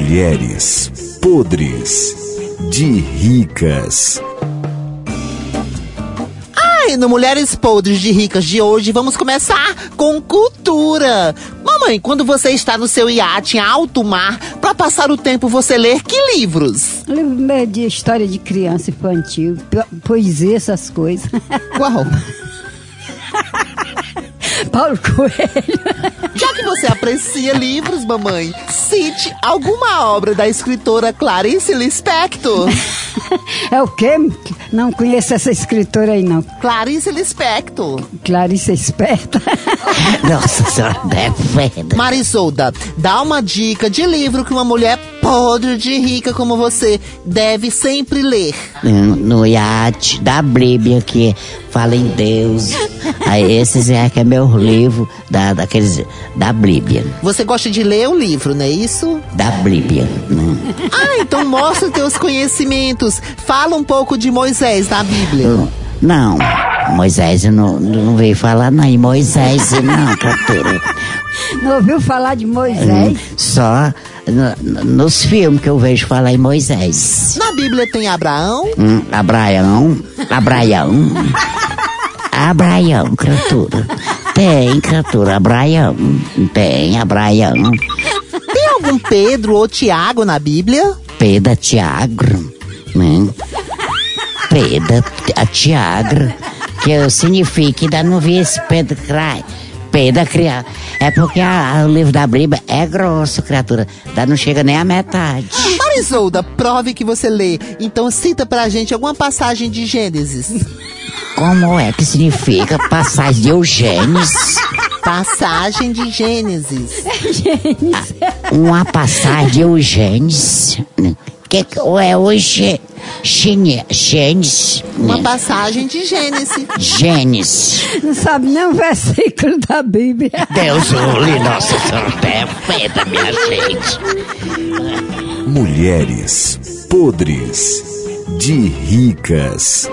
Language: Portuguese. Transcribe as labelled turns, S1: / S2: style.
S1: mulheres podres de ricas.
S2: Ai, no Tá Mulheres Podres de Ricas de hoje, vamos começar com cultura. Mamãe, quando você está no seu iate em alto mar, para passar o tempo você lê que livros?
S3: Livro né, de história de criança infantil, po- poesia, essas coisas.
S2: Qual?
S3: Paulo Coelho.
S2: Já que você aprecia livros, mamãe, cite alguma obra da escritora Clarice Lispector.
S3: É o quê? Não conheço essa escritora aí, não.
S2: Clarice Lispector.
S3: Clarice é esperta.
S4: Nossa senhora, defenda.
S2: Marisolda, dá uma dica de livro que uma mulher podre de rica como você deve sempre ler.
S4: No, no iate da Bíblia que fala em Deus. Aí esses é que é meu livro da, daqueles, da Bíblia.
S2: Você gosta de ler o livro, não é isso?
S4: Da Bíblia. né?
S2: Ah, então mostra teus conhecimentos. Fala um pouco de Moisés na Bíblia.
S4: Não, Moisés eu não, não veio falar não, em Moisés não, captura.
S3: Não ouviu falar de Moisés?
S4: Só no- nos filmes que eu vejo falar em Moisés.
S2: Na Bíblia tem Abraão,
S4: Hum, Abraão, Abraão, Abraão, criatura. Tem, criatura, Abraão. Tem, Abraão.
S2: tem algum Pedro ou Tiago na Bíblia?
S4: Peda Tiagro, né? Peda a Tiagro, que eu signifique ainda não vi esse Pedro Crai. Peda criar. É porque a- a- o livro da Bíblia é grosso, criatura. Da não chega nem a metade.
S2: Marisolda, prove que você lê. Então cita pra gente alguma passagem de Gênesis.
S4: Como é que significa passagem de Eugênios?
S2: Passagem de Gênesis.
S4: Uma passagem de Eugênios? né? Que, que- ou é hoje? Gênesis?
S2: Uma passagem de Gênesis.
S4: Gênesis.
S3: Não sabe nem o versículo da Bíblia.
S4: Deus, o li- nossa senhora, perfeita, minha gente.
S1: Mulheres podres de ricas.